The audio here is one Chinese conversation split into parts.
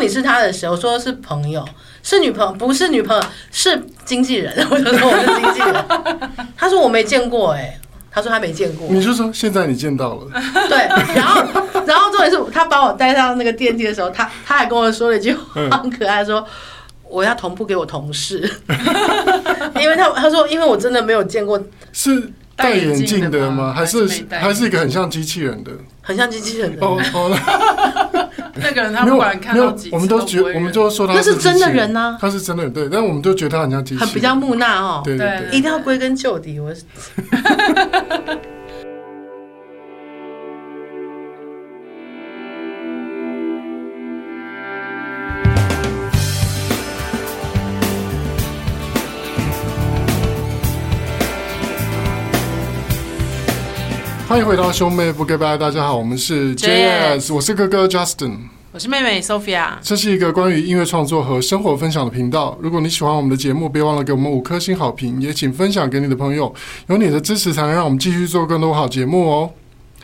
你是他的时候，说是朋友，是女朋友，不是女朋友，是经纪人。 我就说我是经纪人。他说我没见过、欸，哎，他说他没见过。你就说现在你见到嗯了，对，然后，然后重点是他把我带上那个电梯的时候，他他还跟我说了一句话嗯很可爱，说我要同步给我同事， 因为他他说因为我真的没有见过是戴眼镜的吗？还戴是眼镜的吗还是没戴还是一个很像机器 人的？很像机器人的人，哦哦，那个人他没有不管看没到有几，次我们都觉不会我们就说他那是机器真的人啊他是真的人，对，但我们都觉得他很像机器人，很比较木讷哦，对对对对。一定要归根究底， 我是欢迎回到兄妹不 goodbye，大家好，我们是 JS，我是哥哥 Justin。我是妹妹 Sophia，这是一个关于音乐创作和生活分享的频道。如果你喜欢我们的节目，别忘了给我们五颗星好评，也请分享给你的朋友。有你的支持，才能让我们继续做更多好节目哦。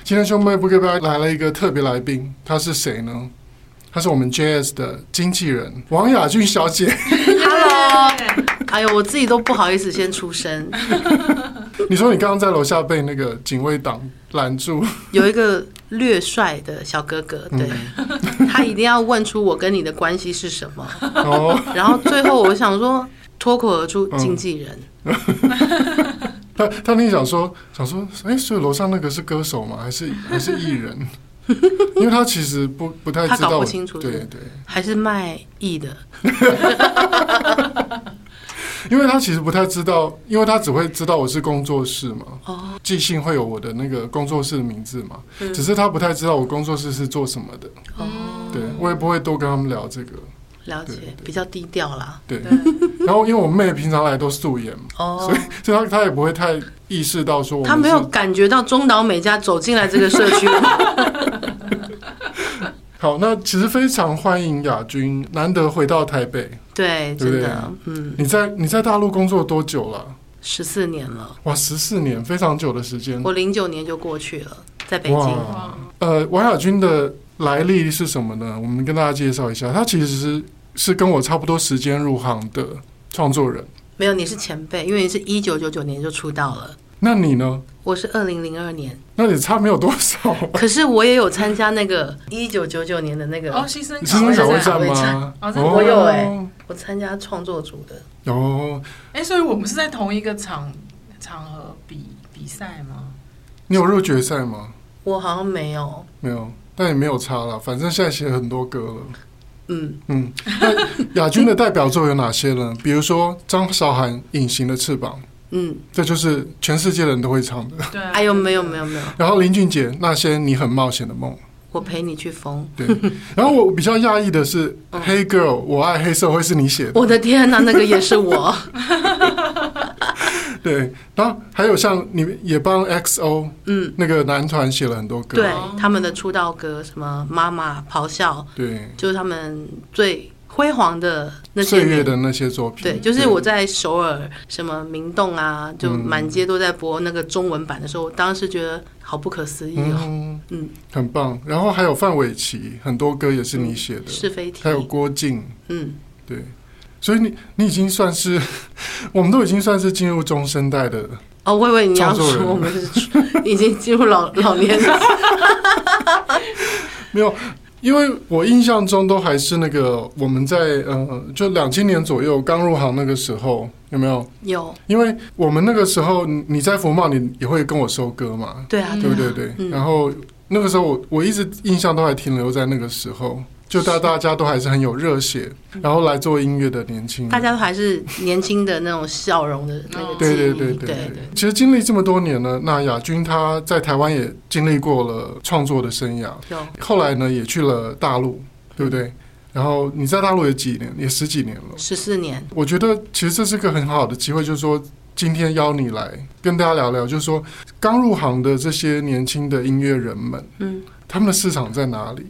今天兄妹不 goodbye 来了一个特别来宾，他是谁呢？他是我们 JS 的经纪人王雅君小姐。 Hello，哎呦，我自己都不好意思先出声，你说你刚刚在楼下被那个警卫党拦住， 有一个略帅的小哥哥，嗯对、 他一定要问出我跟你的关系是什 么，哦，然后最后我想说脱口而出嗯经纪人。他他那天想说想说，哎、所以楼上那个是歌手吗？还是还是艺人？ 因为他其实不不太他知道，搞不清楚是对不是对。还是卖艺的，因为他其实不太知道，因为他只会知道我是工作室嘛，哦嗯寄信会有我的那个工作室的名字嘛，只是他不太知道我工作室是做什么的，哦，对我也不会多跟他们聊这个，了对解，比较低调啦。对。 然后因为我妹平常来都素颜嘛，哦所以，所以她她也不会太意识到说我们他没有是感觉到中岛美嘉走进来这个社区，好。那其实非常欢迎雅君，难得回到台北， 对，对不真对的，嗯，你在你在大陆工作多久了？十四年了，哇，十四年，非常久的时间。我零九年就过去了，在北京。嗯哇，呃，王雅君的来历是什么呢？我们跟大家介绍一下，他其实是是跟我差不多时间入行的创作人。没有，你是前辈，因为你是一九九九年就出道了，那你呢？我是二零零二年，那你差没有多少。可是我也有参加那个一九九九年的那个，哦，新生你是从小小会会战战吗？哦真的我有欸我参加创作组的，有，哎，所以我们是在同一个场场合比比赛吗？你有入决赛吗？我好像没有，没有，但也没有差了。反正现在写很多歌了。嗯，嗯，那雅君的代表作有哪些呢？比如说张韶涵《隐形的翅膀》，嗯，这就是全世界的人都会唱的。对啊，哎呦，没有没有没有，然后林俊杰《那些你很冒险的梦》。我陪你去疯，对，然后我比较讶异的是，嗯黑 girl，我爱黑社会是你写的，我的天哪，那个也是我，对。然后还有像你们也帮 XO 嗯，那个男团写了很多歌，对，他们的出道歌什么妈妈咆哮，对，就是他们最辉煌的那些岁月年。的嗯那些作品，对，就是我在首尔什么明洞啊，嗯就满街都在播那个中文版的时候，我当时觉得好不可思议哦。嗯嗯嗯，很棒。然后还有范玮琪，很多歌也是你写的，是非题嗯还，有郭靖，嗯，对。所以你你已经算是， 我们都已经算是进入中生代的，哦，我以为你要创作说人我们是 已经进入老老年了， 没有，因为我印象中都还是那个我们在呃，就两千年左右刚入行那个时候，有没有？有因为我们那个时候你你在福茂，你也会跟我收歌嘛，对啊，嗯对不啊对？对。嗯然后那个时候我我一直印象都还停留在那个时候，就大大家都还是很有热血，然后来做音乐的年轻人。嗯大家都还是年轻的那种笑容的那个嗯对记对忆，对对对对，其实经历这么多年呢，那亚军他在台湾也经历过了创作的生涯，有后来呢也去了大陆，对不对？然后你在大陆也几年，也十几年了。十四年，我觉得其实这是个很好的机会，就是说今天邀你来跟大家聊聊，就是说刚入行的这些年轻的音乐人们，嗯，他们的市场在哪里？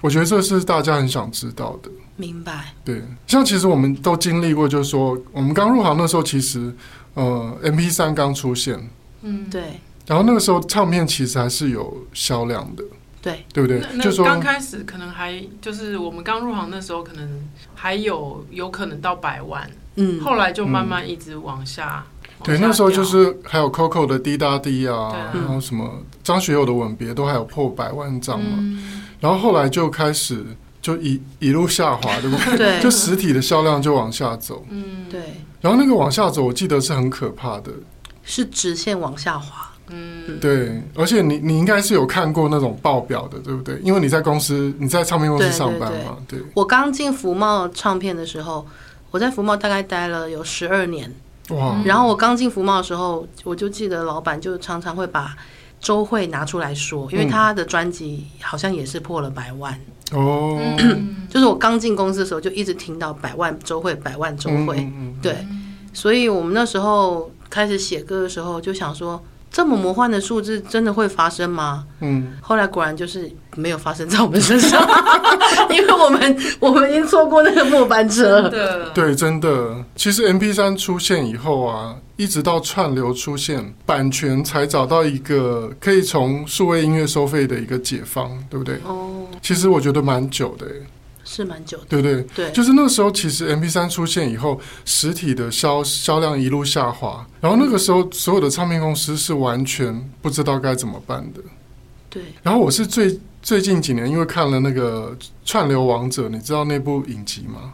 我觉得这是大家很想知道的。明白，对，像其实我们都经历过，就是说我们刚入行那时候，其实呃，MP 三刚出现，嗯，对然后那个时候唱片其实还是有销量的，对，对不对那？那就说刚开始可能还就是我们刚入行那时候，可能还有有可能到百万，嗯，后来就慢慢一直往下。嗯对，往下那时候就掉是还有 Coco 的滴答滴啊对啊，然后什么张学友的吻别都还有破百万张嘛，嗯然后后来就开始就一一路下滑，对不 对？对就实体的销量就往下走，嗯，对，然后那个往下走，我记得是很可怕的，是直线往下滑，嗯，对，而且你你应该是有看过那种报表的，对不对？因为你在公司，你在唱片公司对对上班嘛，对，我刚进福茂唱片的时候，我在福茂大概待了有十二年。哇，然后我刚进福茂的时候，我就记得老板就常常会把周慧拿出来说，因为嗯她的专辑好像也是破了百万。哦，嗯就是我刚进公司的时候，就一直听到百万周慧，百万周慧。嗯对，所以我们那时候开始写歌的时候，就想说这么魔幻的数字真的会发生吗？嗯，后来果然就是没有发生在我们身上， 因为我们我们已经错过那个末班车真了。的，对，真的，其实 M P 三出现以后啊，一直到串流出现，版权才找到一个可以从数位音乐收费的一个解放，对不对？哦，其实我觉得蛮久的、是蛮久的，对不对？对，就是那时候，其实 M P 三出现以后，实体的销销量一路下滑，然后那个时候所有的唱片公司是完全不知道该怎么办的。对，然后我是最最近几年因为看了那个《串流王者》，你知道那部影集吗？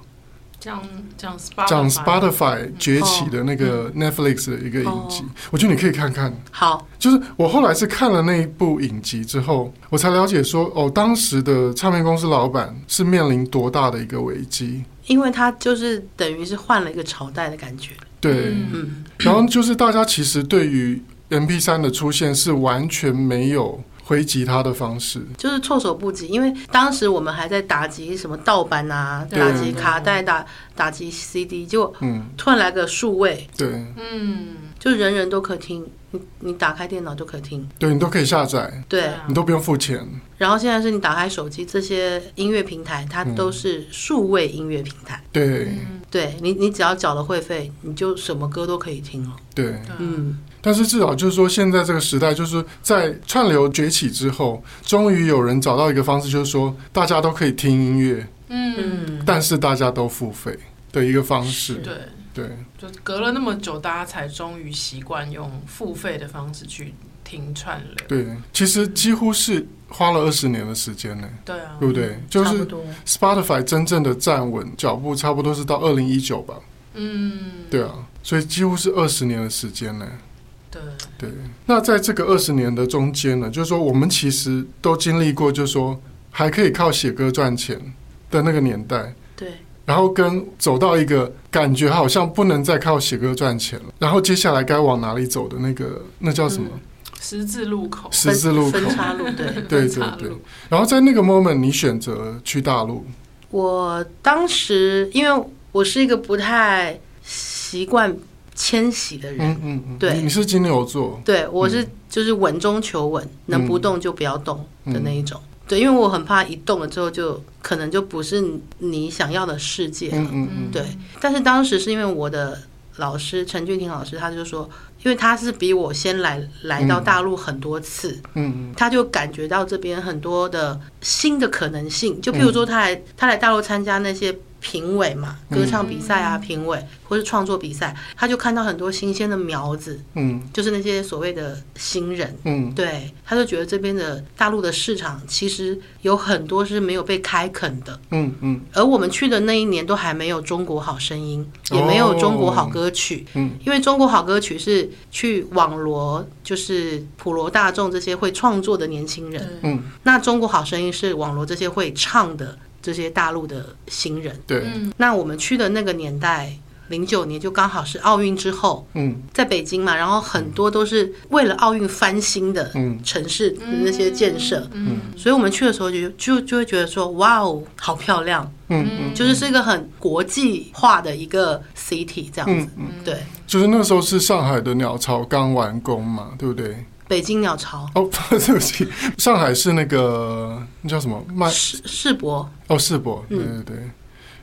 讲讲 SPA，讲 Spotify 崛起的那个嗯 Netflix 的一个影集，我觉得你可以看看。好，就是我后来是看了那一部影集之后，我才了解说，哦，当时的唱片公司老板是面临多大的一个危机。因为它就是等于是换了一个朝代的感觉。对，嗯，然后就是大家其实对于 M P 三的出现是完全没有回击它的方式，就是措手不及，因为当时我们还在打击什么盗版啊，对打击卡带，打打击 CD，结果嗯，突然来个数位，对，嗯，就人人都可听，你你打开电脑就可听，对你都可以下载，对。啊你都不用付钱，然后现在是你打开手机，这些音乐平台它都是数位音乐平台，对嗯对你你只要缴了会费，你就什么歌都可以听了。对。对啊嗯，但是至少就是说，现在这个时代，就是在串流崛起之后，终于有人找到一个方式，就是说大家都可以听音乐，嗯，嗯但是大家都付费的一个方式，对，对。就隔了那么久，大家才终于习惯用付费的方式去听串流，对，其实几乎是花了二十年的时间呢、对啊，对不对？就差不是多。 Spotify 真正的站稳脚步，差不多是到二零一九吧。嗯，对啊，所以几乎是二十年的时间呢、对，对，那在这个二十年的中间呢，就是说我们其实都经历过，就是说还可以靠写歌赚钱的那个年代，对，然后跟走到一个感觉好像不能再靠写歌赚钱了，然后接下来该往哪里走的那个那叫什么、十字路口，十字路口嗯分？分岔路，对。对分岔对对路，然后在那个 moment，你选择去大陆，我当时因为我是一个不太习惯迁徙的人，嗯嗯嗯，对你你是金牛座，对我是嗯就是稳中求稳，能不动就不要动的那嗯一种。对，因为我很怕一动了之后就可能就不是你想要的世界。嗯嗯嗯，对，啊但是当时是因为我的老师陈俊廷老师，他就说，因为他是比我先来来到大陆很多次，嗯他就感觉到这边很多的新的可能性，就譬如说他来、他来大陆参加那些评委嘛，嗯歌唱比赛啊，评委或是创作比赛，他就看到很多新鲜的苗子，嗯就是那些所谓的新人。嗯对，他就觉得这边的大陆的市场其实有很多是没有被开垦的，嗯嗯而我们去的那一年都还没有《中国好声音》，也没有《中国好歌曲》哦嗯因为中国好歌曲是去网罗，就是普罗大众这些会创作的年轻人。对，嗯，那中国好声音是网罗这些会唱的这些大陆的新人。对，嗯那我们去的那个年代，零九年就刚好是奥运之后，嗯在北京嘛，然后很多都是为了奥运翻新的嗯城市的那些建设。嗯所以我们去的时候就就就会觉得说，哇哦，好漂亮，嗯，嗯，就是是一个很国际化的一个 city 这样子。嗯对，就是那时候是上海的鸟巢刚完工嘛，对不对？北京鸟巢、哦，对不起，上海是那个那叫什么麦世世博，哦世博，对嗯对对。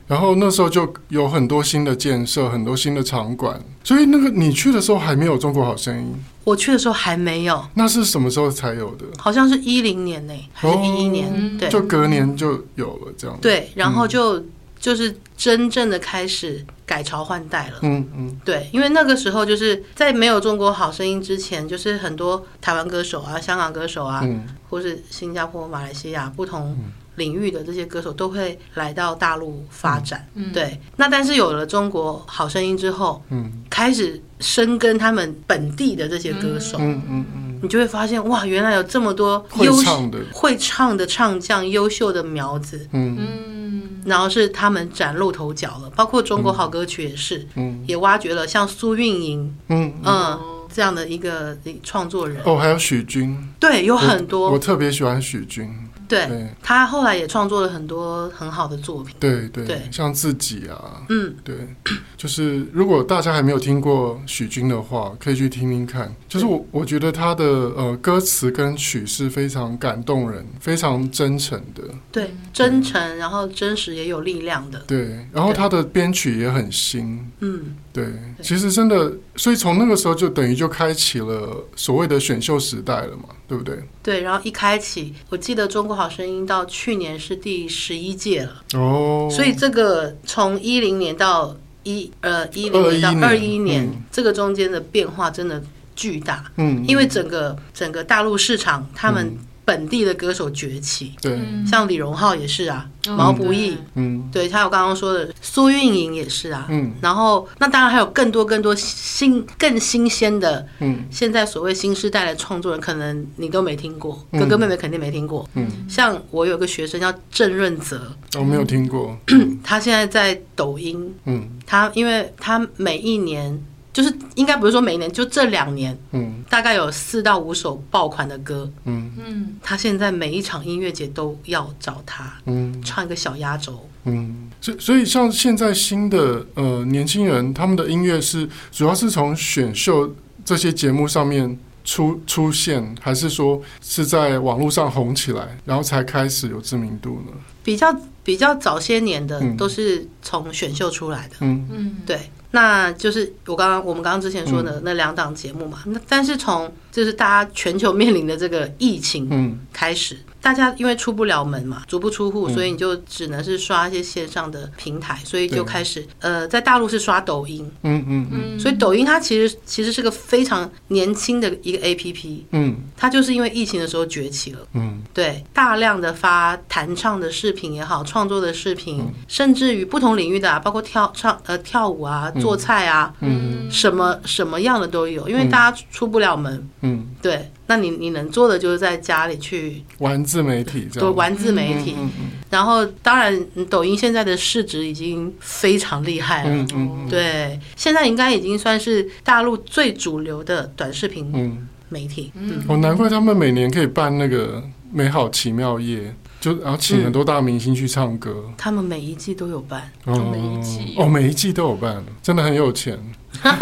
然后那时候就有很多新的建设，很多新的场馆，所以那个你去的时候还没有《中国好声音》，我去的时候还没有，那是什么时候才有的？好像是一零年呢、还是哦一一年？嗯对就隔年就有了这样。，对，然后嗯就、就是真正的开始改朝换代了。嗯嗯，对，因为那个时候就是在没有《中国好声音》之前，就是很多台湾歌手啊、香港歌手啊，嗯，或是新加坡、马来西亚不同领域的这些歌手都会来到大陆发展。嗯，对，那但是有了《中国好声音》之后，嗯，开始深耕他们本地的这些歌手，嗯嗯嗯，你就会发现哇，原来有这么多会优秀唱的，会唱的唱将、优秀的苗子，嗯嗯，然后是他们崭露头角了。包括中国好歌曲也是，嗯也挖掘了像苏运莹，嗯嗯，嗯，哦这样的一个创作人。哦，还有许君，对，有有很我多，特别喜欢许君，对对他后来也创作了很多很好的作品。对对对像自己啊，嗯，对， 就是如果大家还没有听过许君的话，可以去听听看。就是我我觉得他的呃歌词跟曲是非常感动人，非常真诚的。对，真诚，然后真实也有力量的。对，然后他的编曲也很新。嗯，对，其实真的，所以从那个时候就等于就开启了所谓的选秀时代了嘛，对不对？对。然后一开启，我记得《中国好声音》到去年是第十一届了。哦，所以这个从一零年到一呃一零21年到二一年年，嗯这个中间的变化真的巨大，嗯，因为整个整个大陆市场，他们嗯本地的歌手崛起，对，嗯像李荣浩也是啊，嗯毛不易，嗯对，还有刚刚说的苏运莹也是啊。嗯然后，那当然还有更多更多新、更新鲜的，嗯现在所谓新时代的创作人，可能你都没听过，嗯哥哥妹妹肯定没听过。嗯，像我有个学生叫郑润泽，我没有听过，他现在在抖音嗯他因为他每一年就是应该不是说每一年，就这两年嗯大概有四到五首爆款的歌，嗯嗯他现在每一场音乐节都要找他嗯唱一个小压轴。嗯，所以所以像现在新的呃年轻人，他们的音乐是主要是从选秀这些节目上面出出现，还是说是在网络上红起来，然后才开始有知名度呢？比较比较早些年的嗯都是从选秀出来的，嗯嗯，对。那就是我刚刚我们刚刚之前说嗯的那两档节目嘛，那但是从就是大家全球面临的这个疫情嗯开始，大家因为出不了门嘛，足不出户，嗯所以你就只能是刷一些线上的平台，所以对就开始呃，在大陆是刷抖音，嗯嗯嗯嗯，所以抖音它其实其实是个非常年轻的一个 A P P，嗯它就是因为疫情的时候崛起了，嗯对，大量的发弹唱的视频也好，创作的视频，嗯甚至于不同领域的啊，包括跳唱呃跳舞啊、做菜啊，嗯什么什么样的都有，因为嗯大家出不了门，嗯，对，那你你能做的就是在家里去玩自媒体这多样。玩自媒体。嗯嗯然后，当然，嗯抖音现在的市值已经非常厉害了。嗯嗯对，现在应该已经算是大陆最主流的短视嗯频嗯，媒体。嗯，哦，难怪他们每年可以办那个美好奇妙夜，就然后请很多大明星去唱歌。他们每一季都有办。哦每一季哦，每一季都有办，真的很有钱。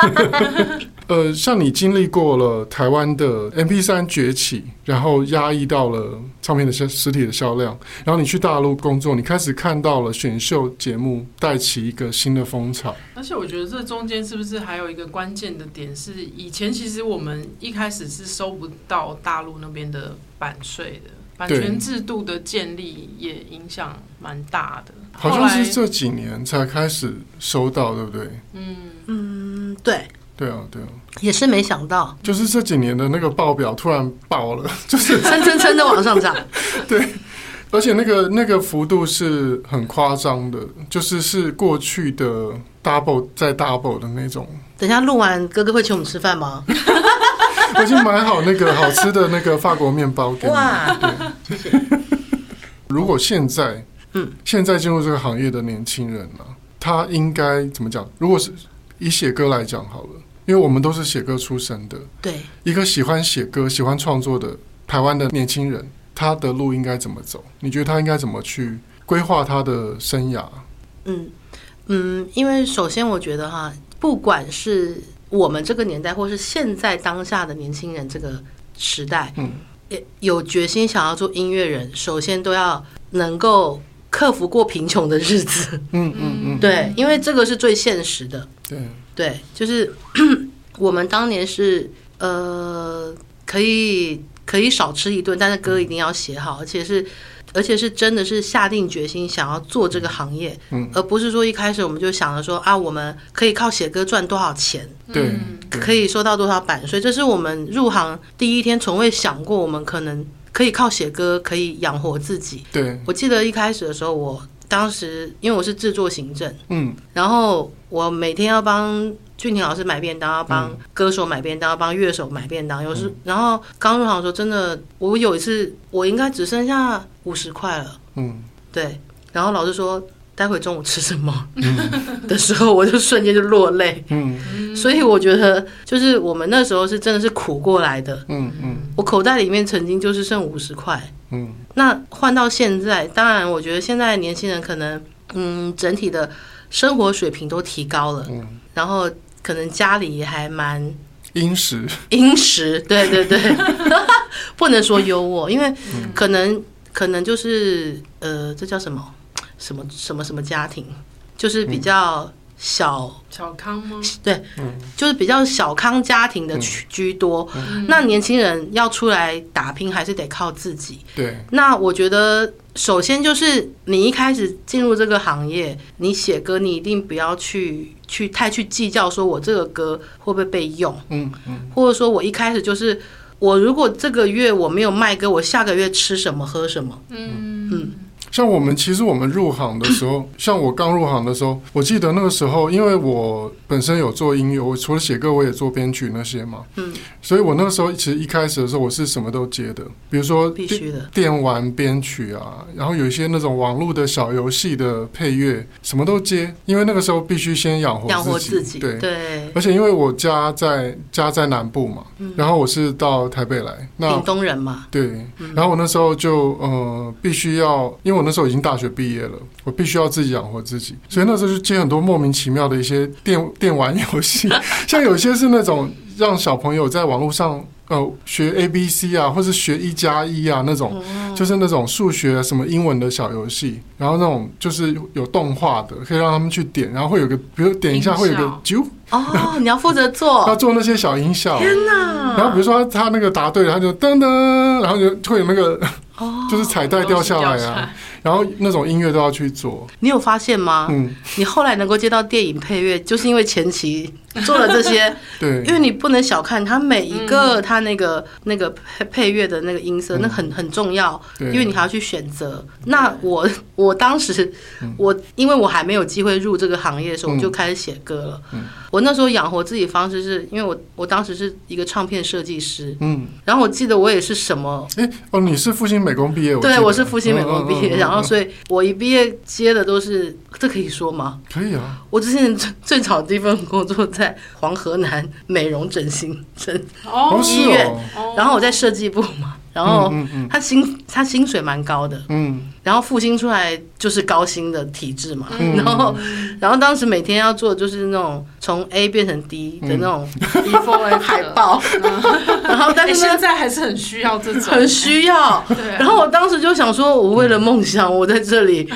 呃，像你经历过了台湾的 MP 三崛起，然后压抑到了唱片的销实体的销量，然后你去大陆工作，你开始看到了选秀节目带起一个新的风潮。而且我觉得这中间是不是还有一个关键的点是，以前其实我们一开始是收不到大陆那边的版税的，版对权制度的建立也影响蛮大的。好后像来是这几年才开始收到，对不对？嗯，嗯，对，对啊，对啊，也是没想到，就是这几年的那个报表突然爆了， 就是蹭蹭蹭的往上涨。而且那个那个幅度是很夸张的，就是是过去的 double 再 double 的那种。 等一下录完，哥哥会请我们吃饭吗？我已经买好那个好吃的那个法国面包给你。哇，如果现在，嗯，现在进入这个行业的年轻人呢、他应该怎么讲？如果是以写歌来讲好了，因为我们都是写歌出身的，对，一个喜欢写歌、喜欢创作的台湾的年轻人，他的路应该怎么走？你觉得他应该怎么去规划他的生涯？嗯嗯，因为首先我觉得哈，不管是我们这个年代，或是现在当下的年轻人这个时代，嗯，也有决心想要做音乐人，首先都要能够克服过贫穷的日子。嗯嗯嗯，对，因为这个是最现实的。对，对，就是 我们当年是呃，可以可以少吃一顿，但是歌一定要写好，而且是而且是真的是下定决心想要做这个行业，嗯而不是说一开始我们就想着说啊，我们可以靠写歌赚多少钱，对嗯，对可以收到多少版税，这是我们入行第一天从未想过，我们可能可以靠写歌可以养活自己。对，我记得一开始的时候，我当时因为我是制作行政。嗯然后我每天要帮俊廷老师买便当，要帮歌手买便当，要帮乐手买便当。有时，然后刚入行的时候，真的，我有一次我应该只剩下五十块了，嗯对。然后老师说待会中午吃什么 的时候，我就瞬间就落泪。嗯所以我觉得，就是我们那时候是真的是苦过来的。嗯嗯我口袋里面曾经就是剩五十块，嗯那换到现在，当然，我觉得现在的年轻人可能，嗯，整体的生活水平都提高了，嗯，然后可能家里也还蛮 殷实，殷实，对对 对，不能说优渥，因为嗯可能可能就是呃，这叫什么什么什么什么家庭，就是嗯比较小，小康吗？对，就是比较小康家庭嗯的居居多。那年轻人要出来打拼，还是得靠自己。对，那我觉得，首先就是你一开始进入这个行业，你写歌，你一定不要去去太去计较，说我这个歌会不会被用，嗯嗯或者说我一开始就是我如果这个月我没有卖歌，我下个月吃什么喝什么？嗯嗯像我们其实我们入行的时候，像我刚入行的时候，我记得那个时候，因为我本身有做音乐，我除了写歌，我也做编曲那些嘛，嗯，所以我那个时候其实一开始的时候，我是什么都接的，比如说必须的。电玩编曲啊，然后有一些那种网络的小游戏的配乐，什么都接，因为那个时候必须先养活养活哦自自己，对。对，而且因为我家在家在南部嘛，嗯然后我是到台北来，那屏东人 嘛，对，嗯然后我那时候就呃必须要，因为我那时候已经大学毕业了，我必须要自己养活自己，所以那时候就接很多莫名其妙的一些电电玩游戏， 像有些是那种让小朋友在网络上呃学 A B C 啊，或是学一加一啊那种，哦就是那种数学什么英文的小游戏，然后那种就是有动画的，可以让他们去点，然后会有个，比如点一下会有音个效啾，哦，你要负责要做，啊做那些小音效。啊天哪，然后比如说他他那个答对了，他就噔噔，然后就会有那个哦，就是彩带掉下来啊，，然后那种音乐都要去做，你有发现吗？嗯，你后来能够接到电影配乐，就是因为前期做了这些。对因，为你不能小看它每一个它那个、那个配配乐的那个音色，嗯那很很重要，对，因为你还要去选择。那我我当时我因为我还没有机会入这个行业的时候，嗯我就开始写歌了。嗯我那时候养活自己的方式是因为我我当时是一个唱片设计师，嗯，然后我记得我也是什么。哎，哦，你是复兴美工毕业，记对，得我是复兴美工毕业，嗯嗯嗯嗯然后所以，我一毕业接的都是，这可以说吗？可以啊，我之前最最早的一份工作在黄河南美容整形整哦是医院哦，哦，然后我在设计部嘛，然后嗯嗯他薪他薪水蛮高的，嗯然后复兴出来就是高薪的体制嘛，嗯然后然后当时每天要做的就是那种从 A 变成 D 的那种嗯 before and 海报， 然后但哎， 是现呢在还是很需要这种， 很需要。对啊，然后我当时就想说，我为了梦想，我在这里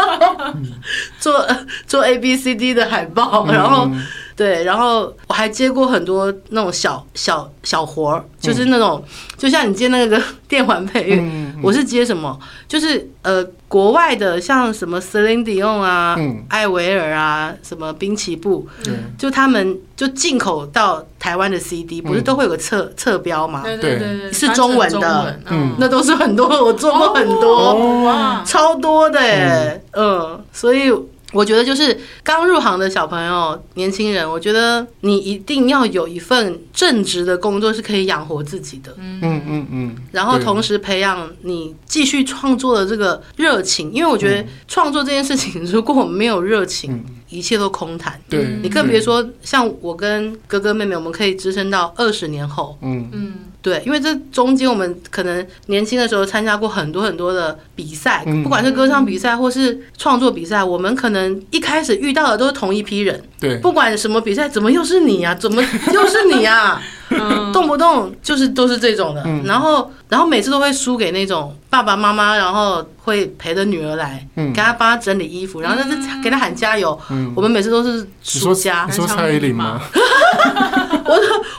做做 A B C D 的海报，嗯然后对，然后我还接过很多那种小小小活嗯儿，就是那种、就像你接那个 电玩配乐，嗯嗯我是接什么？就是呃，国外的像什么 Celine Dion 啊、嗯艾维尔啊、什么滨崎步，对就他们就进口到台湾的 CD，不是嗯都会有个侧侧标吗？对对对对对，是翻成中文的中文嗯那都是很多，我做过很多。哦哇，超多的、欸，嗯，所以我觉得就是刚入行的小朋友、年轻人，我觉得你一定要有一份正职的工作是可以养活自己的，嗯嗯嗯，然后对同时培养你继续创作的这个热情，因为我觉得创作这件事情，如果我们没有热情，一切都空谈。对，你更别说像我跟哥哥妹妹，我们可以支撑到二十年后，嗯嗯，对，因为这中间我们可能年轻的时候参加过很多很多的比赛，嗯不管是歌唱比赛或是创作比赛，我们可能一开始遇到的都是同一批人，对，不管什么比赛，怎么又是你啊？怎么又是你啊？嗯都动不动就是都是这种的，嗯然后然后每次都会输给那种爸爸妈妈，然后会陪着女儿来，嗯给她帮她整理衣服，然后但是给她喊加油。嗯我，们每次都是你输说家你，说蔡依林吗？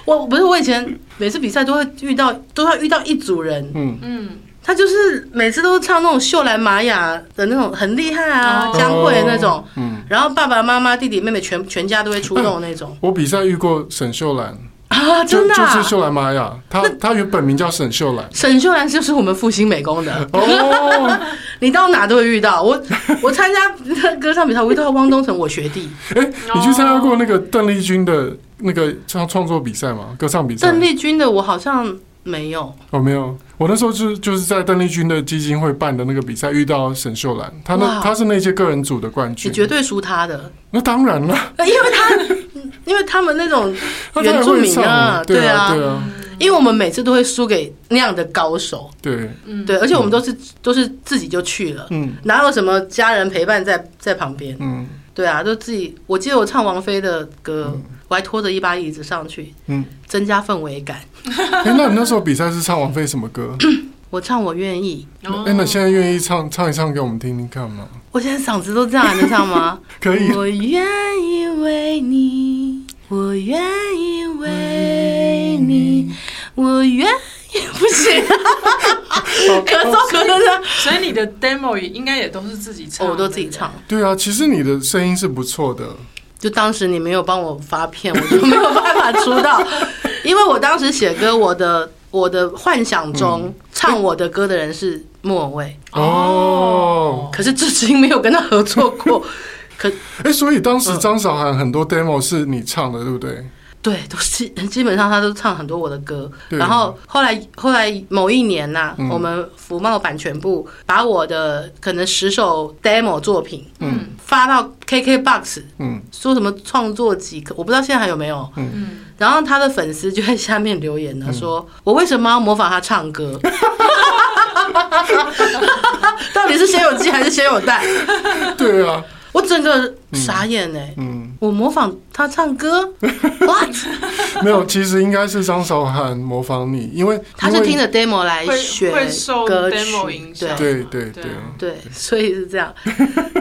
我不是我以前每次比赛都会遇到，都要遇到一组人，嗯，嗯，他就是每次都唱那种秀兰玛雅的那种很厉害啊，哦江蕙那种，嗯，然后爸爸妈妈、弟弟妹妹全全家都会出动那种我比赛遇过沈秀兰，啊，就 真的、就是啊。秀兰玛雅，她她原本名叫沈秀 兰。沈秀兰就是我们复兴美工 的，哦，你到哪都会遇到。我我参加歌唱比赛，我遇到汪东城，我学 弟哎，你去参加过那哦个邓丽君的那个创创作比赛吗？歌唱比赛？邓丽君的，我好像没有。哦，没有，我那时候就是就是在邓丽君的基金会办的那个比赛遇到沈秀兰，她那哇她是那届个人组的冠军你，绝对输他的，那当然了，因为他因为他们那种她原太住会民唱啊了，对对啊对啊，因为我们每次都会输给那样的高手，对，啊嗯，对，而且我们都是、都是自己就去了，嗯哪有什么家人陪伴在在旁边？嗯对啊，都自己。我记得我唱王菲的歌，我还拖着一把椅子上去， 嗯，增加氛围感。哎，那你那时候比赛是唱王菲什么歌？我唱我愿意，哦哎，那现在愿意唱唱一唱给我们听听看吗？我现在嗓子都这样，你知道吗？ 可以，我愿意为你，我愿意为你，我愿意 不行， 咳嗽咳嗽，所以你的 demo 也应该也都是自己唱哦的，我都自己唱。对啊，其实你的声音是不错的，就当时你没有帮我发片， 我就没有办法出道，因为我当时写歌，我的我的幻想中、嗯唱我的歌的人是莫文蔚，哦可是至今没有跟他合作 过。可哎，所以当嗯时张韶涵很多 demo 是你唱的，对不对？对，都是基本上他都唱很多我的歌，对然后后来后来某一年呐、嗯我们福茂版权部把我的可能十首 demo 作品嗯发到 KKBOX，嗯 说什么创作几个，我不知道现在还有没有。嗯，然后他的粉丝就在下面留言呢，说：“我为什么要模仿他唱歌？ 到底是先有鸡还是先有蛋？”对啊，我整个傻眼呢、嗯。我模仿他唱歌，what？没有，其实应该是张韶涵模仿你，因为他是听的，着 demo 来会学会受歌 demo 曲影，响对对对对对啊对， 所以是这样。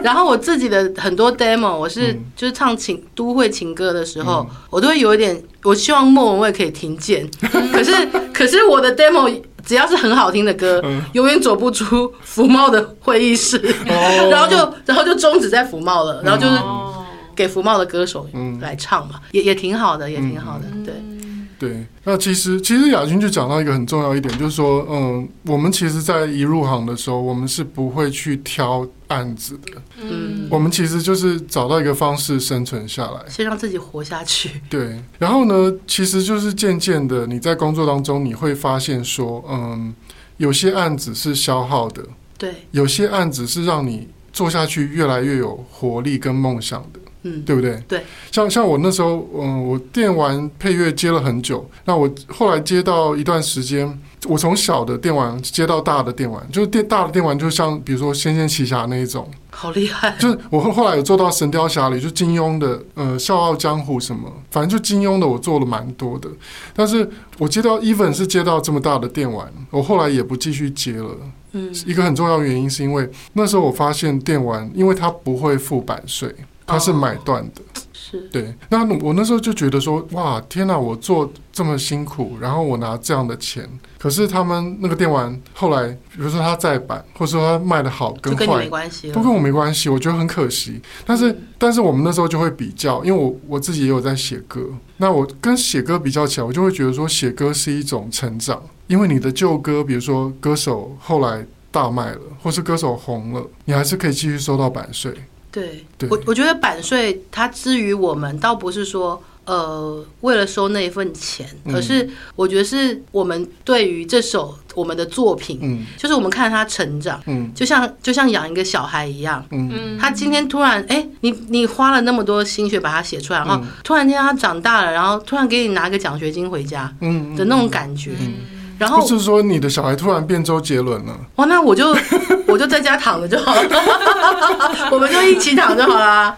然后我自己的很多 demo，我是嗯就是唱情都会情歌的时候，我都会有一点，我希望莫文蔚可以听见，嗯可是可是我的 demo 只要是很好听的歌，嗯永远走不出福茂的会议室，哦 然后就然后就终止在福茂了，然后就是哦，给福茂的歌手嗯来唱嘛，也也挺好的，也挺好的，对。对。那其实其实雅君就讲到一个很重要一点，就是说，嗯，我们其实，在一入行的时候，我们是不会去挑案子的，嗯我们其实就是找到一个方式生存下来。先让自己活下去，对，然后呢，其实就是渐渐的，你在工作当中，你会发现说，嗯，有些案子是消耗的，对，有些案子是让你做下去越来越有活力跟梦想的。嗯，对不对？对，像像我那时候，嗯，我电玩配乐接了很久，那我后来接到一段时间，我从小的电玩接到大的电玩，就是电大的电玩，就像比如说《仙剑奇侠》那一种，好厉害，就是我后后来有做到《神雕侠侣》，就金庸的，呃，《笑傲江湖》什么，反正就金庸的我做了蛮多的，但是我接到 even 是接到这么大的电玩，我后来也不继续接了。嗯，一个很重要的原因是因为那时候我发现电玩，因为它不会付版税，它是哦买断的。是，对，那我那时候就觉得说，哇，天哪，我做这么辛苦，然后我拿这样的钱，可是他们那个电玩后来，比如说它再版，或者说它卖的好就跟跟你没坏，关系了，都跟我没关系，我觉得很可惜。但是，嗯但是我们那时候就会比较，因为我我自己也有在写歌，那我跟写歌比较起来，我就会觉得说，写歌是一种成长，因为你的旧歌，比如说歌手后来大卖了，或是歌手红了，你还是可以继续收到版税。对对我，我觉得版税它之于我们，倒不是说呃为了收那一份钱，嗯而是我觉得是我们对于这首我们的作品，嗯就是我们看它成长，嗯就像就像养一个小孩一样。嗯嗯他今天突然哎、你你花了那么多心血把它写出来，然后嗯突然间他长大了，然后突然给你拿个奖学金回家嗯嗯的那种感觉，嗯然后就是说你的小孩突然变周杰伦了，哇，那我就我就在家躺着就好了， 我们就一起躺就好啦。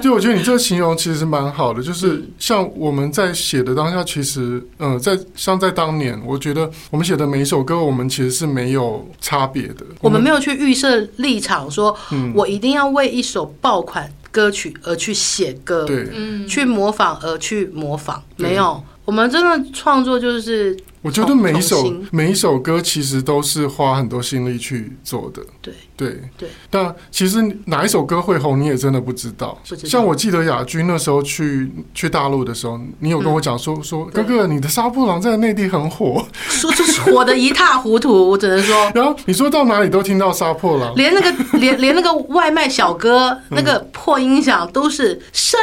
就我觉得你这个形容其实蛮好的，就是嗯像我们在写的当下，其实呃，在像在当年，我觉得我们写的每一首歌，我们其实是没有差别的，我们没有去预设立场说，嗯我一定要为一首爆款歌曲而去写歌，对，嗯，去模仿而去模仿，对没有。我们真的创作就是我觉得每一重首新每一首歌其实都是花很多心力去做的。对对对，但其实哪一首歌会红，你也真的不知道。不知道像我记得雅君那时候去去大陆的时候，你有跟我讲说、说哥嗯对哥，你的沙布朗在内地很火， 说就是火的一塌糊涂，我只能说，然后你说到哪里都听到沙破狼。连那个连连那个外卖小哥那个嗯破音响都是声，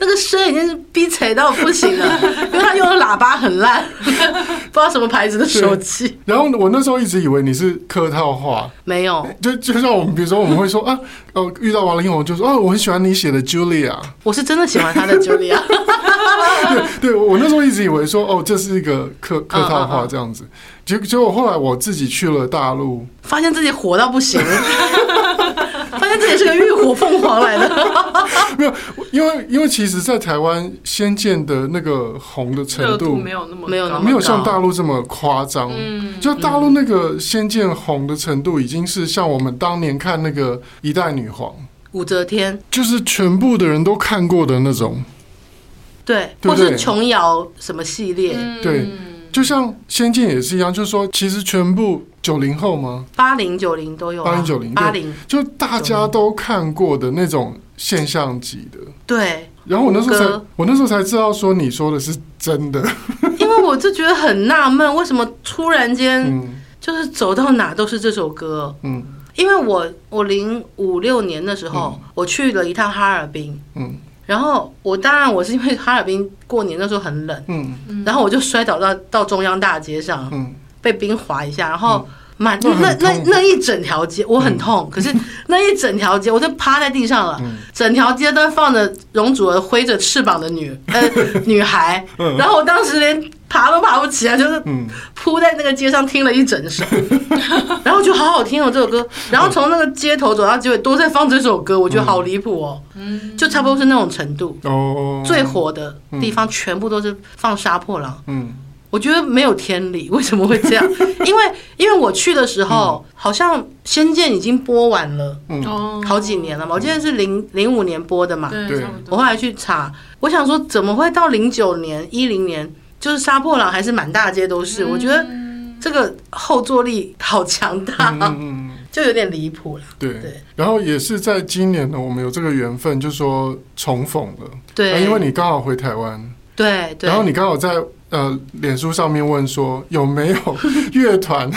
那个声已经是逼踩到不行了，因为他用的喇叭很烂， 不知道什么牌子的手机。然后我那时候一直以为你是客套话，没有，就就像我们比如说我们会说啊，哦遇到王力宏就说哦我很喜欢你写的 Julia，我是真的喜欢他的 Julia。对对，我那时候一直以为说哦这是一个客客套嗯嗯话嗯这样子，结结果后来我自己去了大陆，发现自己火到不行， 发现自己是个浴火凤凰来的。啊没有，因为因为其实，在台湾《仙剑》的那个红的热程度度没有那么高没有那么没有像大陆这么夸张，嗯，就大陆那个《仙剑》红的程度，已经是像我们当年看那个《一代女皇》，武则天，就是全部的人都看过的那种。对，对不或对是琼瑶什么系列，嗯对就像《仙剑》也是一样，就是说，其实全部九零后吗？八零九零都有啊， 80八零，就大家都看过的那种现象级的。对，然后我那时候胡才歌，我那时候才知道说你说的是真的，因为我就觉得很纳闷，为什么突然间嗯就是走到哪都是这首歌？嗯因为我我零五六年的时候，我去了一趟哈尔滨，嗯然后我当然我是因为哈尔滨过年那时候很冷，嗯然后我就摔倒到到中央大街上，嗯，被冰滑一下，然后满、那很那那痛嗯那一整条街，我很痛，可是那一整条街，我就趴在地上了，整条街都放着容祖儿挥着翅膀的女 呃女孩，然后我当时连爬都爬不起来，就是嗯扑在那个街上听了一整 首，然后就好好听哦这首歌，嗯然后从那个街头走到结尾都在放这首歌，我觉得好离谱哦，嗯就差不多是那种程度。哦，最火的地方全部都是放杀破狼，嗯我觉得没有天理，为什么会 这样？因为因为我去的时候，好像《仙剑》已经播完了，嗯哦好几年了嘛，我记得是零零五年播的嘛。对，对差不多我后来去查，我想说怎么会到零九年、一零年，就是杀破狼还是满大街都嗯是？我觉得这个后坐力好强大，嗯嗯嗯。就有点离谱了。对对，然后也是在今年呢，我们有这个缘分，就说重逢了。啊对，因为你刚好回台湾，对对，然后你刚好在呃脸书上面问说有没有 乐团，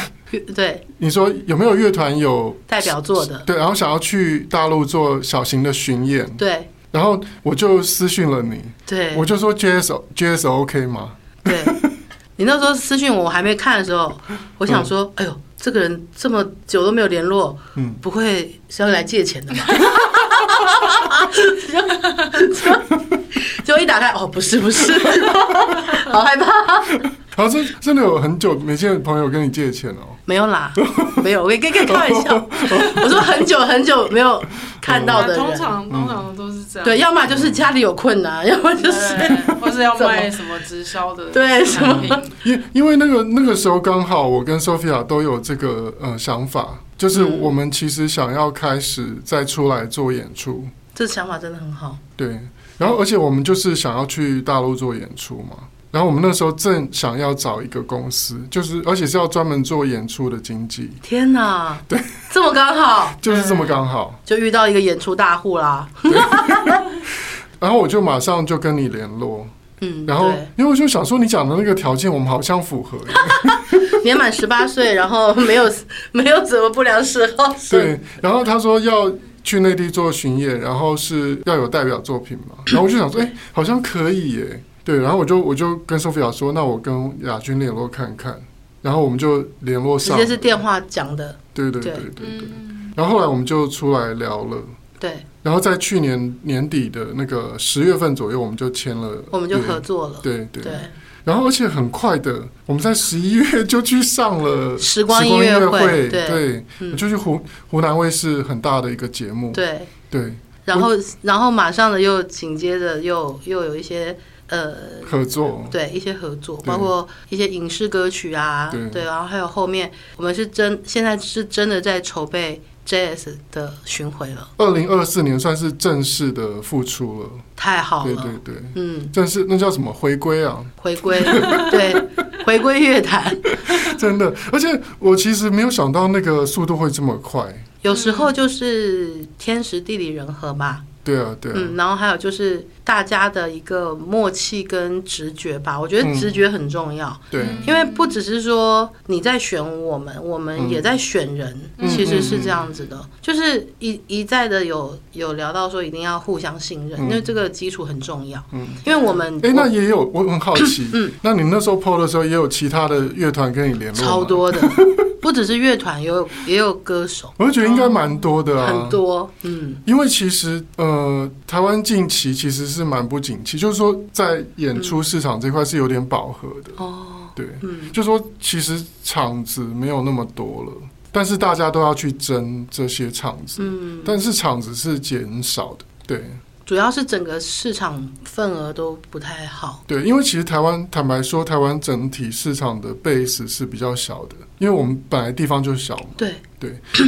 对你说有没有乐团有代表作的，对，然后想要去大陆做小型的巡演，对然后我就私讯了你，对，我就说 JS JS OK 吗？对，你那时候私讯我，我还没看的时候，我想说，哎呦，这个人这么久都没有联络，嗯不会是要来借钱的吧？ 就就一打开，哦，不是不是， 好害怕，然后真真的有很久没见的朋友跟你借钱哦，没有啦，没有，我跟跟跟开玩笑，我说很久很久没有看到的嗯通人，常通常都是这样，对，要么就是家里有困难，要么就对，是或是要 怎么卖什么直销的对什么产品，因因为那个那个时候刚好我跟 Sophia 都有这个呃想法，就是嗯我们其实想要开始再出来做演出，这想法真的很好，对，然后而且我们就是想要去大陆做演出嘛，然后我们那时候正想要找一个公司，就是而且是要专门做演出的经纪，天哪，对，这么刚好就是这么刚好，就遇到一个演出大户啦，然后我就马上就跟你联络，嗯，然后对因为我就想说你讲的那个条件我们好像 符合耶，年满十八岁，然后没有没有什么不良嗜好， 对，然后他说要去内地做巡演，然后是要有代表作品 嘛，然后我就想说，哎、好像可以耶，对，然后我就我就跟 Sophia 说，那我跟亚军联络看看，然后我们就联络直上了，接是电话讲的，对对对对对对对，嗯，然后后来我们就出来聊了，对，然后在去年年底的那个十月份左右，我们就签了，我们就合作了，对对对对，然后而且很快的，我们在十一月就去上了时光音音乐乐会对对，嗯我就去湖湖南卫视很大的一个节目，对，对，然后然后马上的又紧接着又又有一些呃合作，对一些合作，对包括一些影视歌曲啊，对对，然后还有后面我们是真现在是真的在筹备 JS 的巡回了，二零二四年算是正式的复出了，太好对了，对对，嗯，正式那叫什么回归啊？ 回归 对回归乐坛，真的，而且我其实没有想到那个速度会这么快，有时候就是天时地利人和吧，对啊，对啊，嗯，然后还有就是大家的一个默契跟直觉吧，我觉嗯得直觉很重要，对，嗯因为不只是说你在选我们，我们也在选人，嗯其实是这样子嗯的，就是一一再的有有聊到说一定要互相信任，嗯因为这个基础很重要，嗯因为我嗯们哎、那也有，我很好奇，那你那时候 PO 的时候，也有其他的乐团跟你联络吗超，多的，不只是乐团，也有也有歌手，我就觉得应该蛮多的啊，很多，嗯，因为其实呃，台湾近期其实是蛮不景气，就是说在演出市场这块是有点饱和的，哦，对，嗯，就说其实场子没有那么多了，但是大家都要去争这些场子，嗯，但是场子是减少的，对主要是整个市场份额都不太好，对，因为其实台湾坦白说，台湾整体市场的 base 是比较小的，因为我们本来地方就小嘛，对，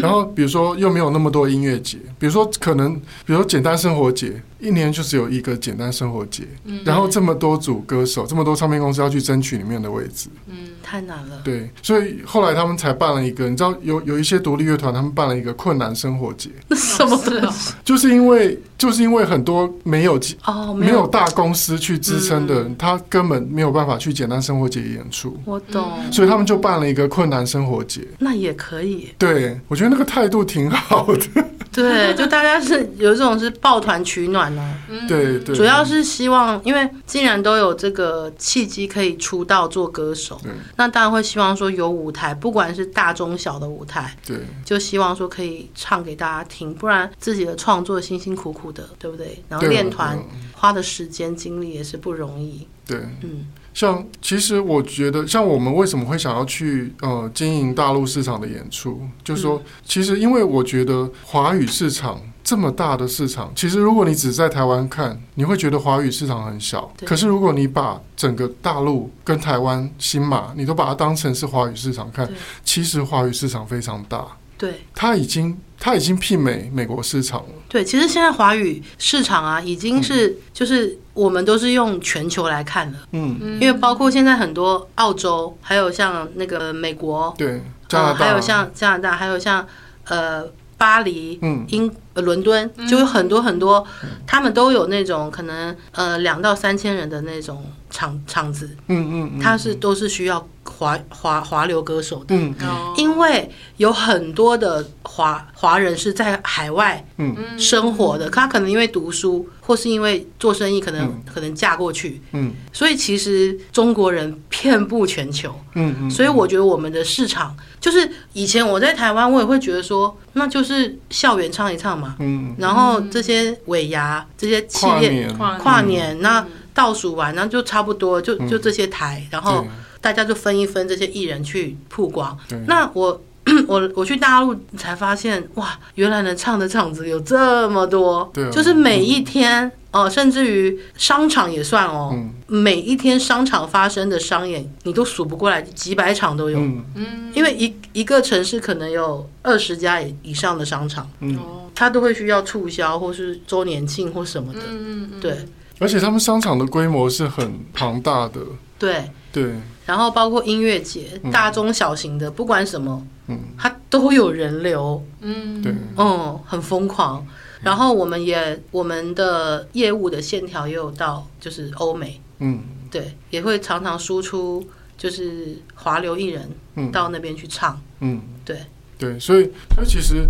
然后比如说又没有那么多音乐节，比如说可能比如说简单生活节，一年就只有一个简单生活节，嗯然后这么多组歌嗯手，这么多唱片公司要去争取里面的位置，嗯太难了，对，所以后来他们才办了一个，你知道有有一些独立乐团，他们办了一个困难生活节，那 什么是哦就是因为就是因为很多没有机哦，没没有有，大公司去支撑的人，嗯他根本没有办法去简单生活节演出，我懂，所以他们就办了一个困难生活节。嗯那也可以，对我觉得那个态度挺好的，嗯对， 就大家是有一种是抱团取暖呢、嗯对对主要是希望，因为既然都有这个契机可以出道做歌手，对那当然会希望说有舞台，不管是大中小的舞台，对就希望说可以唱给大家听，不然自己的创作辛辛苦苦的，对不对？然后对啊练团对啊花的时间精力也是不容易，对。嗯像其实我觉得，像我们为什么会想要去呃经营大陆市场的演出，就是嗯说，其实因为我觉得华语市场这么大的市场，其实如果你只在台湾看，你会觉得华语市场很小。对可是如果你把整个大陆跟台湾、新马，你都把它当成是华语市场看对，其实华语市场非常大，对它已经它已经媲美美国市场了。对。其实现在华语市场啊，已嗯经是、就是我们都是用全球来看了。嗯，嗯因为包括现在很多澳洲，还有像那个美国，对，加拿呃大，还有像加拿大，还有像呃巴黎、嗯英、呃伦敦，就有很多很多，他们都有那种可能呃两到三千人的那种场场子，嗯嗯嗯，它是都是需要华华华流歌手的。嗯嗯哦因为有很多的华华人是在海外嗯嗯生活的，他可能因为读书或是因为做生意，可能、可能嫁过去，嗯所以其实中国人遍布全球，嗯嗯，所以我觉得我们的市场就是以前我在台湾，我也会觉得说，那就是校园唱一唱嘛，嗯然后这些尾牙、这些企跨业年。嗯跨跨年，那倒数完，那就差不多，就就这些台，然后大家就分一分这些艺人去曝光。对对那我 我我去大陆才发现，哇，原来能唱的场子有这么多，对啊就是每一天哦、呃甚至于商场也算哦，嗯每一天商场发生的商演，你都数不过来，几百场都有。嗯嗯因为一一个城市可能有二十家以以上的商场，嗯，哦它都会需要促销或是周年庆或什么的。嗯嗯对而且他们商场的规模是很庞大的，对，对，然后包括音乐节嗯，大中小型的，不管什么，嗯，它都有人流，嗯对，嗯，很疯狂。然后我们也我们的业务的线条也有到就是欧美，嗯对，也会常常输出就是华流艺人嗯到那边去唱，嗯，对对，所以所以其实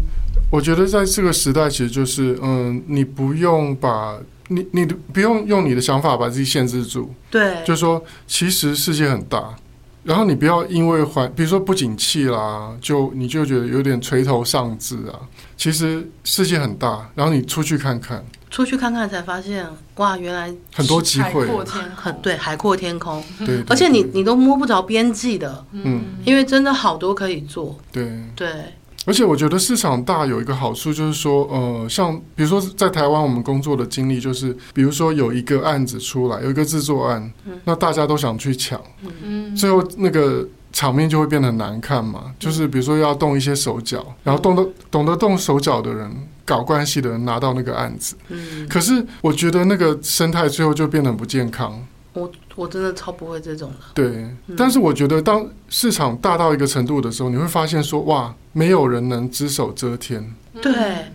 我觉得在这个时代，其实就是嗯，你不用把你你不用用你的想法把自己限制住，对，就是说其实世界很大。然后你不要因为环，比如说不景气啦，就你就觉得有点垂头丧志啊。其实世界很大，然后你出去看看，出去看看才发现，哇，原来很多机海会，啊 阔天很空，对，海阔天空，对，对而且你你都摸不着边际的，嗯因为真的好多可以做，对，对，而且我觉得市场大有一个好处，就是说，呃，像比如说在台湾我们工作的经历，就是比如说有一个案子出来，有一个制作案，嗯那大家都想去抢，嗯，最后那个场面就会变得很难看嗯嘛。就是比如说要动一些手脚，然后动得懂得动手脚的人，搞关系的人拿到那个案子。嗯，可是我觉得那个生态最后就变得很不健康。我我真的超不会这种的，对嗯，但是我觉得当市场大到一个程度的时候，你会发现说，哇，没有人能只手遮天。嗯对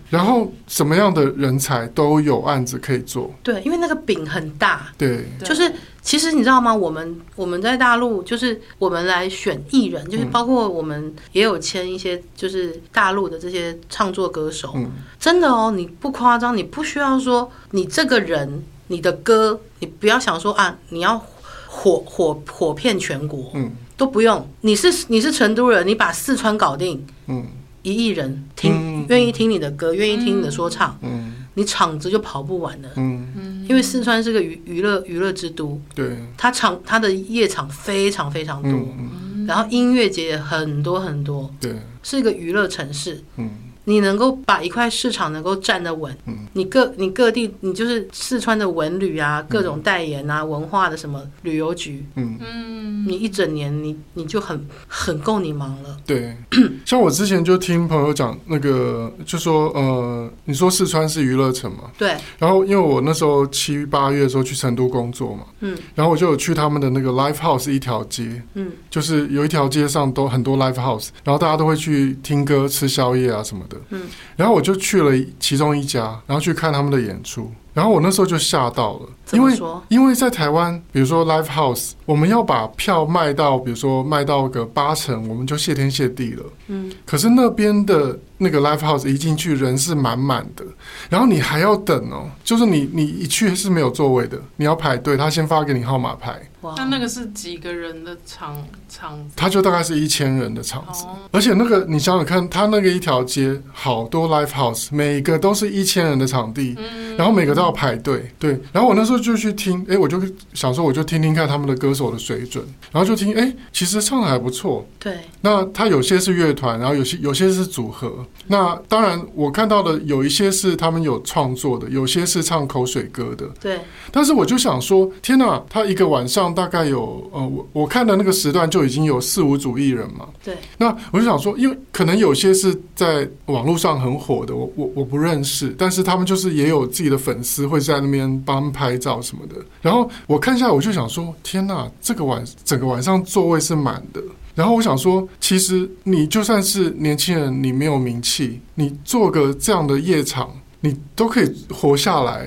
然后什么样的人才都有案子可以做，对，因为那个饼很大，对，对就是其实你知道吗？我们我们在大陆就是我们来选艺人，就是嗯包括我们也有签一些就是大陆的这些唱作歌手，嗯，真的哦，你不夸张，你不需要说你这个人、你的歌，你不要想说啊，你要火火火遍全国，嗯，都不用。你是你是成都人，你把四川搞定，嗯一亿人听嗯，愿、意听你的歌，愿意听你的说唱，嗯你场子就跑不完了。嗯，因为四川是个娱娱乐娱乐之都，对，它场它的夜场非常非常多，嗯嗯然后音乐节也很多很多，对，是一个娱乐城市。嗯你能够把一块市场能够站得稳，嗯你各你各地你就是四川的文旅啊，各种代言啊，文化的什么旅游局，嗯，嗯，你一整年你你就很很够你忙了。对。像我之前就听朋友讲那个，就说呃，你说四川是娱乐城嘛，对，然后因为我那时候七八月的时候去成都工作嘛，嗯然后我就有去他们的那个 live house 一条街，嗯就是有一条街上都很多 live house，然后大家都会去听歌、吃宵夜啊什么的。嗯，然后我就去了其中一家，然后去看他们的演出。然后我那时候就吓到了，怎因么为说？因为在台湾，比如说 live house，我们要把票卖到，比如说卖到个八成，我们就谢天谢地了。嗯，可是那边的那个 live house 一进去人是满满的，然后你还要等哦，就是你你一去是没有座位的，你要排队，他先发给你号码牌，哇，那那个是几个人的场场他就大概是一千人的场子。哦，而且那个，你想想看，它那个一条街好多 live house，每个都是一千人的场地，嗯然后每个都要排队，对。然后我那时候就去听，诶，我就想说，我就听听看他们的歌手的水准，然后就听，诶，其实唱的还不错。对，那它有些是乐团，然后有些有些是组合。那当然，我看到的有一些是他们有创作的，有些是唱口水歌的。对，但是我就想说，天哪，他一个晚上大概有呃，我我看的那个时段就已经有四五组艺人嘛。对。那我就想说，因为可能有些是在网络上很火的，我我我不认识，但是他们就是也有自己的粉丝会在那边帮他们拍照什么的。然后我看下来，我就想说，天哪，这个晚整个晚上座位是满的。然后我想说，其实你就算是年轻人，你没有名气，你做个这样的夜场，你都可以活下来。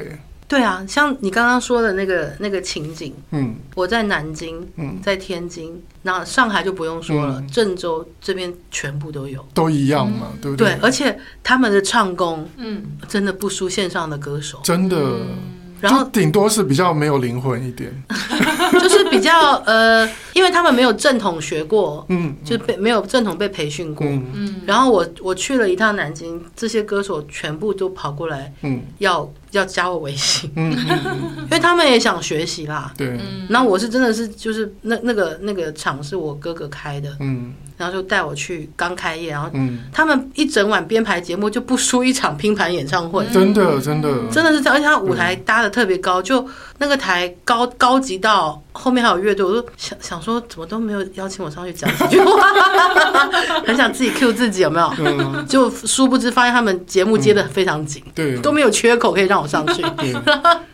对啊，像你刚刚说的那个那个情景，嗯我在南京，嗯，在天津，那上海就不用说了，嗯郑州这边全部都有。都一样嘛，对嗯不对，而且他们的唱功嗯，真的不输线上的歌 手，真的，然后就顶多是比较没有灵魂一点。就是比较呃，因为他们没有正统学过，嗯，就是被没有正统被培训过。嗯嗯，然后我我去了一趟南京，这些歌手全部都跑过来嗯要要加我微信，嗯嗯， 因为他们也想学习啦。对，然后我是真的是就是那那个那个场是我哥哥开的，嗯然后就带我去刚开业，然后嗯，他们一整晚编排节目就不输一场拼盘演唱会，真的真的，真的是这样，而且他舞台搭的特别高，就那个台高高级到后面还有乐队，我就想想说怎么都没有邀请我上去讲几句话， 很想自己 Q 自己有没有？嗯，就殊不知发现他们节目接的非常紧，对都没有缺口可以让我上去。 对。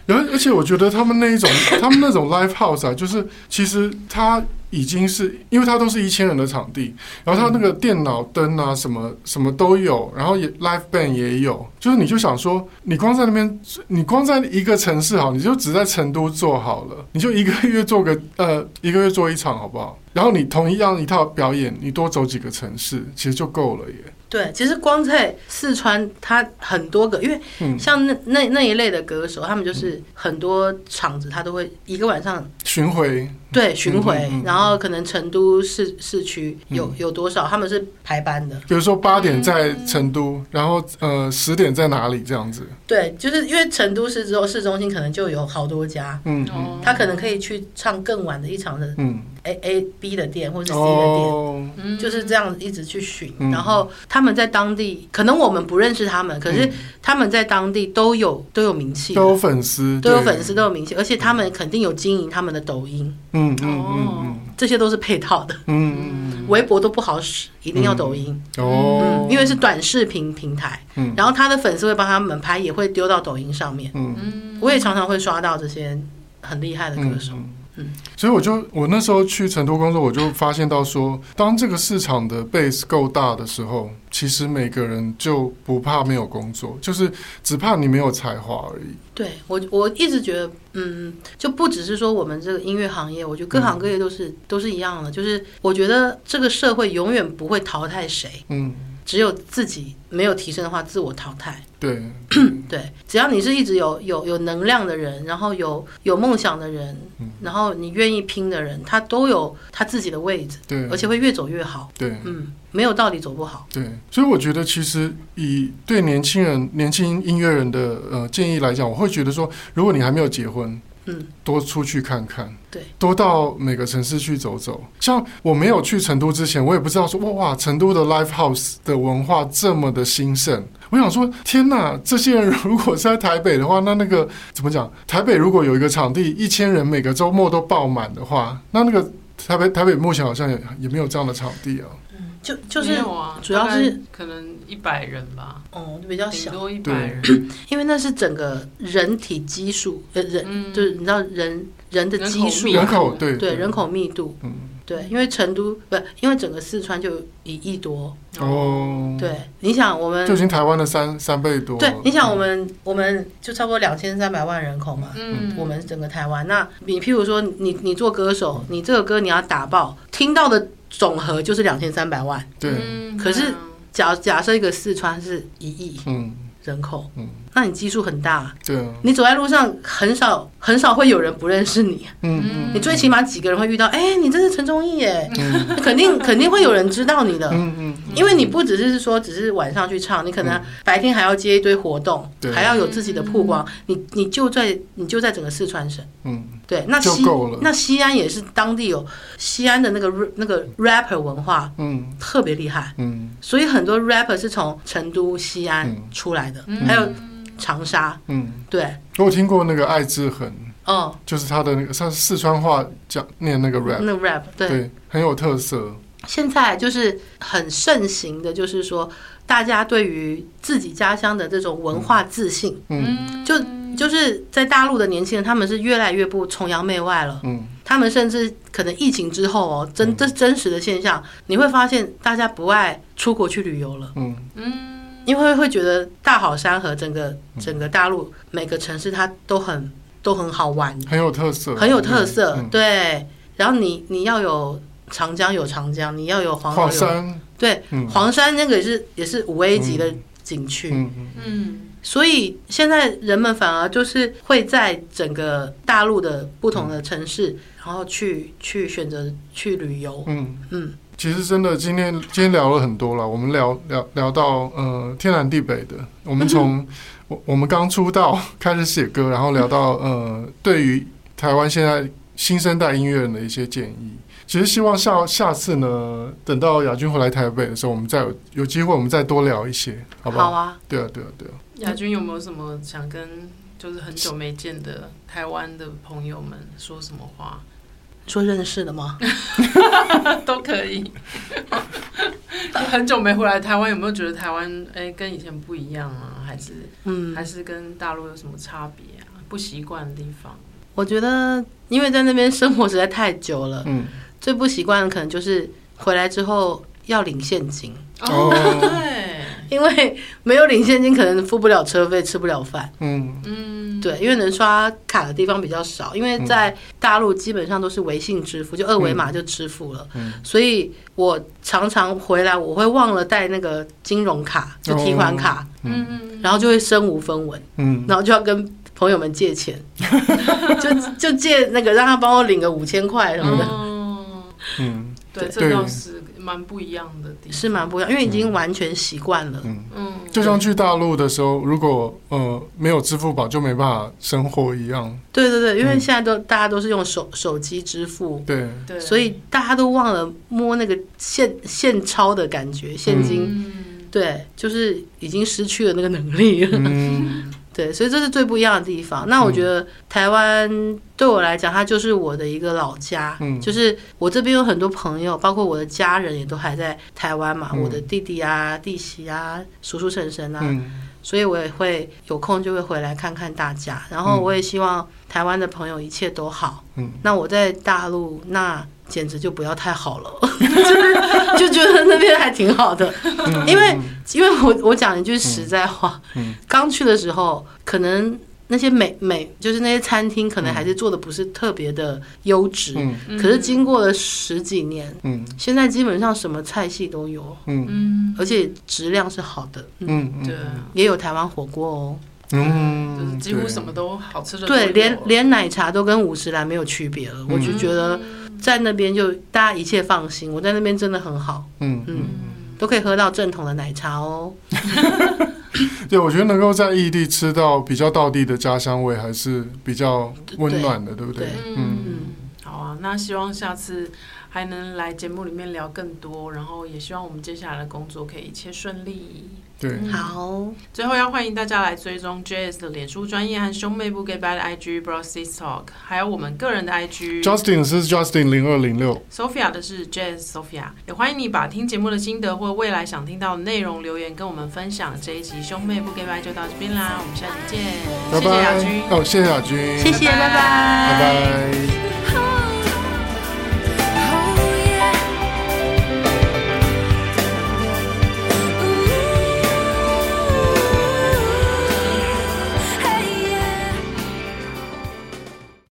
然后，而且我觉得他们那一种，他们那种 live house 啊，就是其实它已经是，因为它都是一千人的场地，然后它那个电脑灯啊，什么什么都有，然后也 live band 也有，就是你就想说，你光在那边，你光在一个城市好，你就只在成都做好了，你就一个月做个呃，一个月做一场好不好？然后你同一样一套表演，你多走几个城市，其实就够了耶。对，其实光在四川，它很多个，因为嗯，像那那那一类的歌手，他们就是很多场子，他都会一个晚上巡回，对巡回，嗯嗯嗯然后可能成都市市区有、嗯有多少，他们是排班的。比如说八点在成都，然后呃十点在哪里这样子，对，就是因为成都市之后，市中心可能就有好多家，嗯哦嗯他可能可以去唱更晚的一场的嗯， A A B 的店或者是 C 的店。哦，嗯就是这样一直去寻，嗯然后他们在当地，可能我们不认识他们，可是他们在当地都有都有名气，嗯都有粉丝，都有对粉丝，，都有名气，而且他们肯定有经营他们的抖音，嗯嗯哦嗯这些都是配套的，嗯嗯微博都不好使，一定要抖音，嗯，哦嗯，，因为是短视频平台，嗯然后他的粉丝会帮他们拍，也会丢到抖音上面，嗯。嗯我也常常会刷到这些很厉害的歌手，嗯嗯所以我就我那时候去成都工作，我就发现到说，当这个市场的 base 够大的时候，其实每个人就不怕没有工作，就是只怕你没有才华而已。对我我一直觉得，嗯，就不只是说我们这个音乐行业，我觉得各行各业都是、都是一样的，就是我觉得这个社会永远不会淘汰谁，嗯，只有自己没有提升的话，自我淘汰。对，对，只要你是一直有有有能量的人，然后有有梦想的人，嗯然后你愿意拼的人，他都有他自己的位置，对，而且会越走越好。对。嗯，没有道理走不好。对，所以我觉得其实以对年轻人、年轻音乐人的呃建议来讲，我会觉得说，如果你还没有结婚，嗯，多出去看看，对，多到每个城市去走走。像我没有去成都之前，我也不知道说哇哇，成都的 live house 的文化这么的兴盛。我想说，天哪！这些人如果是在台北的话，那那个怎么讲？台北如果有一个场地，一千人每个周末都爆满的话，那那个台北台北目前好像也也没有这样的场地啊。嗯，就就是没有啊主要是大概可能一百人吧，哦，比较顶小，多一百人，因为那是整个人体基数，呃，人、嗯就是你知道人人的基数密度人口对啊对人口密度，嗯对，因为成都不，因为整个四川就一亿多，哦，，对，你想我们就已经台湾的三三倍多了。对，你想我们我们就差不多两千三百万人口嘛，嗯，我们整个台湾，那你譬如说你你做歌手，你这个歌你要打爆，听到的总和就是两千三百万，对，嗯可是对啊假假设一个四川是一亿嗯人口，嗯，那你基数很大、对啊，你走在路上，很少很少会有人不认识你，嗯你最起码几个人会遇到，哎、你这是陈忠义耶，嗯肯定肯定会有人知道你的，嗯嗯，因为你不只是说只是晚上去唱，你可能白天还要接一堆活动，对还要有自己的曝光，你你就在你就在整个四川省，嗯对，那就西够了那西安也是当地有西安的那个 ra- 那个 rapper 文化嗯特别厉害，嗯所以很多 rapper 是从成都、西安嗯出来的，还有长沙，嗯，对，我有听过那个艾志恒，哦。就是他的那个，他是四川话讲念那个 rap，那 rap 对，对，很有特色。现在就是很盛行的，就是说大家对于自己家乡的这种文化自信，嗯就就是在大陆的年轻人，他们是越来越不崇洋媚外了。嗯他们甚至可能疫情之后哦，真嗯这是真实的现象，你会发现大家不爱出国去旅游了，嗯因为会觉得大好山河，整个嗯整个大陆每个城市它都很都很好玩，很有特色，很有特色，嗯对。然后你你要有长江有长江，你要有黄华河有嗯山，对，嗯黄山那个也是也是五 A 级的景区，嗯嗯所以现在人们反而就是会在整个大陆的不同嗯的城市，然后去去选择去旅游。嗯。嗯，其实真的，今天今天聊了很多了，我们聊聊聊到呃天南地北的，我们从我我们刚出道开始写歌，然后聊到呃对于台湾现在新生代音乐人的一些建议。其实希望下下次呢，等到亚军回来台北的时候，我们再有有机会，我们再多聊一些，好不好？啊，对啊，对啊，对啊。亚军有没有什么想跟就是很久没见的台湾的朋友们说什么话？说认识的吗？都可以。很久没回来台湾，有没有觉得台湾哎、跟以前不一样啊？还是嗯还，是跟大陆有什么差别啊？不习惯的地方？我觉得因为在那边生活实在太久了，嗯，最不习惯的可能就是回来之后要领现金，哦对，因为没有领现金可能付不了车费，吃不了饭。嗯，嗯，对，因为能刷卡的地方比较少，因为在大陆基本上都是微信支付，就二维码就支付了，嗯所以我常常回来我会忘了带那个金融卡，就提款卡，嗯嗯，然后就会身无分文，哦嗯，然后就要跟朋友们借 钱，就就借那个让他帮我领个五千块什么的，嗯哦，嗯，嗯对，对这对倒是蛮不一样的地方。是蛮不一样，因为已嗯经完全习惯了。嗯，就像去大陆的时候，如果呃没有支付宝就没办法生活一样。对对对，因为嗯现在都大家都是用手手机支付，对，对，所以大家都忘了摸那个现现钞的感觉，现金，嗯，对，就是已经失去了那个能力了。嗯 对，所以这是最不一样的地方。那我觉得台湾对我来讲，它就是我的一个老家，嗯就是我这边有很多朋友，包括我的家人也都还在台湾嘛，嗯我的弟弟啊、弟媳啊、叔叔婶婶啊，嗯所以我也会有空就会回来看看大家。然后我也希望台湾的朋友一切都好。嗯，那我在大陆那简直就不要太好了， 就是就觉得那边还挺好的，因为因为我我讲一句实在话嗯嗯，刚去的时候可能。那些美美就是那些餐厅，可能还是做的不是特别的优质，嗯嗯可是经过了十几年，嗯现在基本上什么菜系都有，嗯嗯，而且质量是好的，嗯嗯，嗯，对啊，也有台湾火锅哦，嗯，就是几乎对什么都好吃的都有嗯了，对，连连奶茶都跟五十岚没有区别了，我就觉得在那边就大家一切放心，我在那边真的很好，嗯嗯嗯，都可以喝到正统的奶茶哦。对，我觉得能够在异地吃到比较道地的家乡味，还是比较温暖的，对不对对？嗯，嗯，好啊，那希望下次还能来节目里面聊更多，然后也希望我们接下来的工作可以一切顺利。对，嗯好，最后要欢迎大家来追踪 JS 的脸书专业和兄妹不 g a y b y 的 IG b r o s i s Talk，还有我们个人的 IG。 Justin 是 Justin 零二零六， Sophia 的是 Jazz Sophia，也欢迎你把听节目的心得或未来想听到的内容留言跟我们分享。这一集兄妹不 g a y b y 就到这边啦，我们下期见，拜谢谢雅君拜。。哦，谢谢亚军，谢谢，拜拜拜拜拜拜。